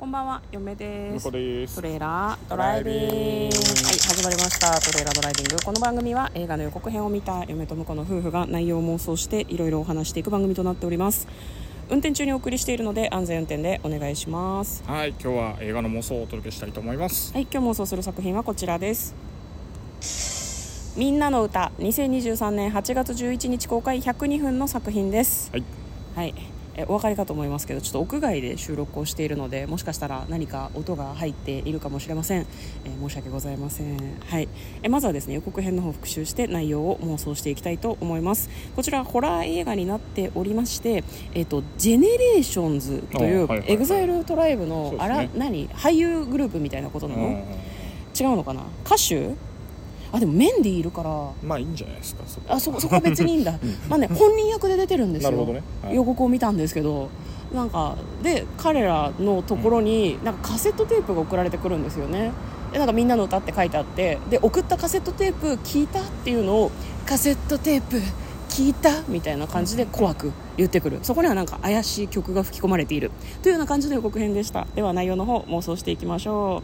こんばんは、嫁で向こすう。ですトレーラードライビングドライビングはい始まりましたトレーラードライビングこの番組は映画の予告編を見た嫁と婿の夫婦が内容を妄想していろいろお話していく番組となっております運転中にお送りしているので安全運転でお願いしますはい今日は映画の妄想をお届けしたいと思いますはい今日妄想する作品はこちらですみんなの歌2023年8月11日公開102分の作品ですはいはいえお分かりかと思いますけどちょっと屋外で収録をしているのでもしかしたら何か音が入っているかもしれません、えー申し訳ございません、はい、えまずはですね予告編の方を復習して内容を妄想していきたいと思いますこちらホラー映画になっておりまして「えっとジェネレーションズといあうはいはいはいエグザイルトライブのそうあですねら、何俳優グループみたいなことなの、違うのかな歌手あでもメンディーいるからうんまあいいんじゃないですかそこあそこそこは別にいいんだまあね本人役で出てるんですなよるほどね、はい予告を見たんですけどなんかで彼らのところになんかカセットテープが送られてくるんですよねでなんか「みんなの歌」って書いてあってで送ったカセットテープ聞いたっていうのをカセットテープ聞いたみたいな感じで怖く言ってくるそこにはなんか怪しい曲が吹き込まれているというような感じの予告編でしたでは内容の方妄想していきましょ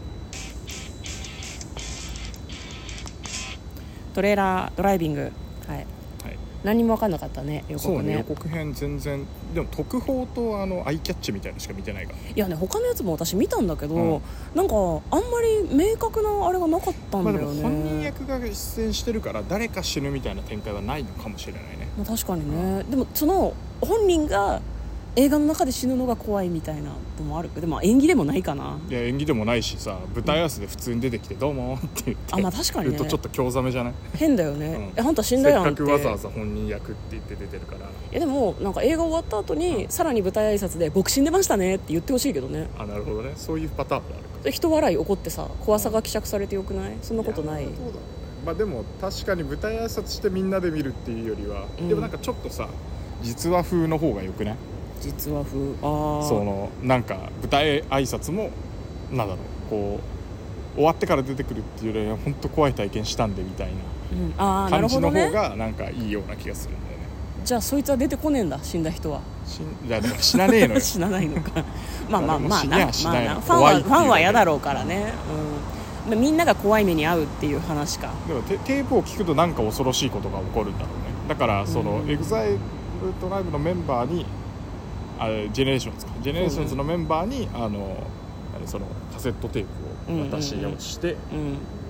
うトレーラードライビングはいはい何も分かんなかったね予そう告ね予ね告編全然でも特報とあのアイキャッチみたいなのしか見てないからいやね他のやつも私見たんだけど、うんなんかあんまり明確なあれがなかったんまだあでよもね、本人役が出演してるから誰か死ぬみたいな展開はないのかもしれないねまあ確かにねでもその本人が映画の中で死ぬのが怖いみたいなのもあるでもまあ演技でもないかないや演技でもないしさ舞台挨拶で普通に出てきて「どうも」って言ってあまあ確かに言うねとちょっと興ざめじゃない変だよね、うんえあんた死んだせっやんかってくわざわざ本人役って言って出てるからいやでもなんか映画終わった後に、さらに舞台挨拶で「僕死んでましたね」って言ってほしいけどねあなるほどねそういうパターンもあるかで人笑い起こってさ怖さが希釈されてよくないそんなことないやどうだろうねまあでも確かに舞台挨拶してみんなで見るっていうよりは、うんでもなんかちょっとさ実話風の方がよくない実は風ああそのなんか舞台挨拶もなんだろうこう終わってから出てくるっていうよりは本当怖い体験したんでみたいうん、あなあなるほ感じどの方ねがなんかいいような気がするんだよねじゃあそいつは出てこねえんだ死んだ人は死んいやだから死なねえの よ死なないの かまあまあ誰もまあ死な,、にまゃしあないなファン怖いはってフいうだけァンは嫌だろうからね、うんまあ、みんなが怖い目に遭うっていう話かでもテテープを聞くとなんか恐ろしいことが起こるんだろうねだからその、うん EXILE トライブのメンバーにあれジェネレーションズかジェネレーションズのメンバーに、あのあれそのカセットテープを渡しをして、う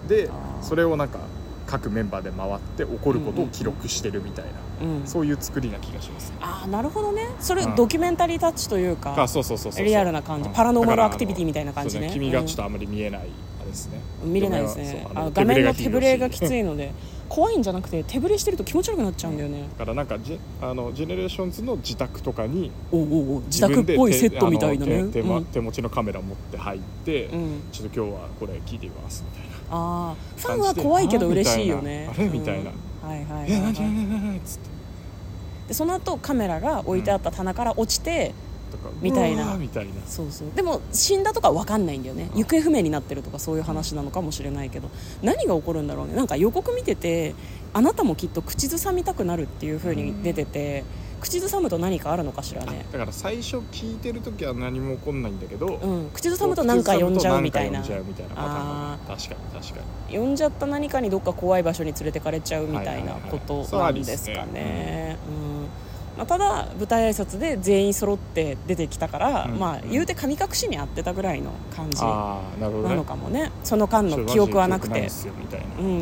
んであーそれをなんか各メンバーで回って起こることを記録してるみたいな、うんそういう作りな気がします、ああなるほどねそれうんドキュメンタリータッチというか、あそうそうそうそうリアルな感じうんパラノーマルだからアクティビティみたいな感じねそう君がちょっとあまり見えない、あれですね見れないですねそうあのあ画面の手手ぶぶれれががききつついので怖いんじゃなくて手ぶれしてると気持ち悪くなっちゃうんだよね、だからなんかジェあのジェネレーションズの自宅とかにおうおうおう自宅っぽいセットみたいなね自分で手手うまん手持ちのカメラ持って入って、うん、ちょっと今日はこれ聞いてみますみたいなああファン感じでは怖いけど嬉しいよねあれみたいなうんはいはいは「い、えは何い何何何何?」っつってでその後カメラが置いてあった棚から落ちて、とかみたいなうわーみたいなそうそうでも死んだとか分かんないんだよねうん行方不明になってるとかそういう話なのかもしれないけど何が起こるんだろうねなんか予告見ててあなたもきっと口ずさみたくなるっていう風に出てて口ずさむと何かあるのかしらねだから最初聞いてる時は何も起こんないんだけど、うん口ずさむと何か呼んじゃうみたいな口ずさむと何か呼んじゃうみたいなパターンだね確かに確かに呼んじゃった何かにどっか怖い場所に連れてかれちゃうみたいなはいはいはいことなんですかそうですね。うんまあ、ただ舞台挨拶で全員揃って出てきたから、うんまあ言うて神隠しにあってたぐらいの感じなああなるほどねのかもねその間ちょっのと記憶はなくマてジで記憶ないっすよみたいなうん、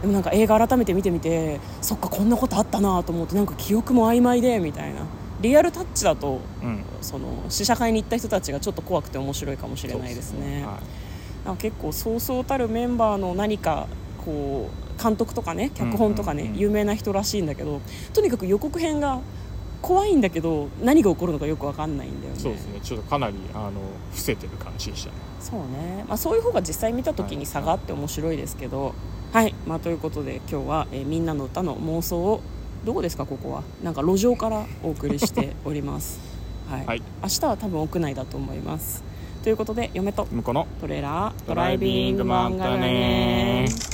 でもなんか映画改めて見てみてそっかこんなことあったなと思ってなんか記憶も曖昧でみたいなリアルタッチだとうんその試写会に行った人たちがちょっと怖くて面白いかもしれないですそうねはいなんか結構そうそうたるメンバーの何かこう監督とかね脚本とかね、うんうんうん有名な人らしいんだけどとにかく予告編が怖いんだけど何が起こるのかよく分かんないんだよねそうですねちょっとかなりあの伏せてる感じでしたねそうね、まあ、そういう方が実際見た時に差があって面白いですけどはい、まあ、ということで今日は、えーみんなの歌」の妄想をどこですかここはなんか路上からお送りしております はい、はい明日は多分屋内だと思いますということで嫁と向こうのトレーラードドライビングまたねー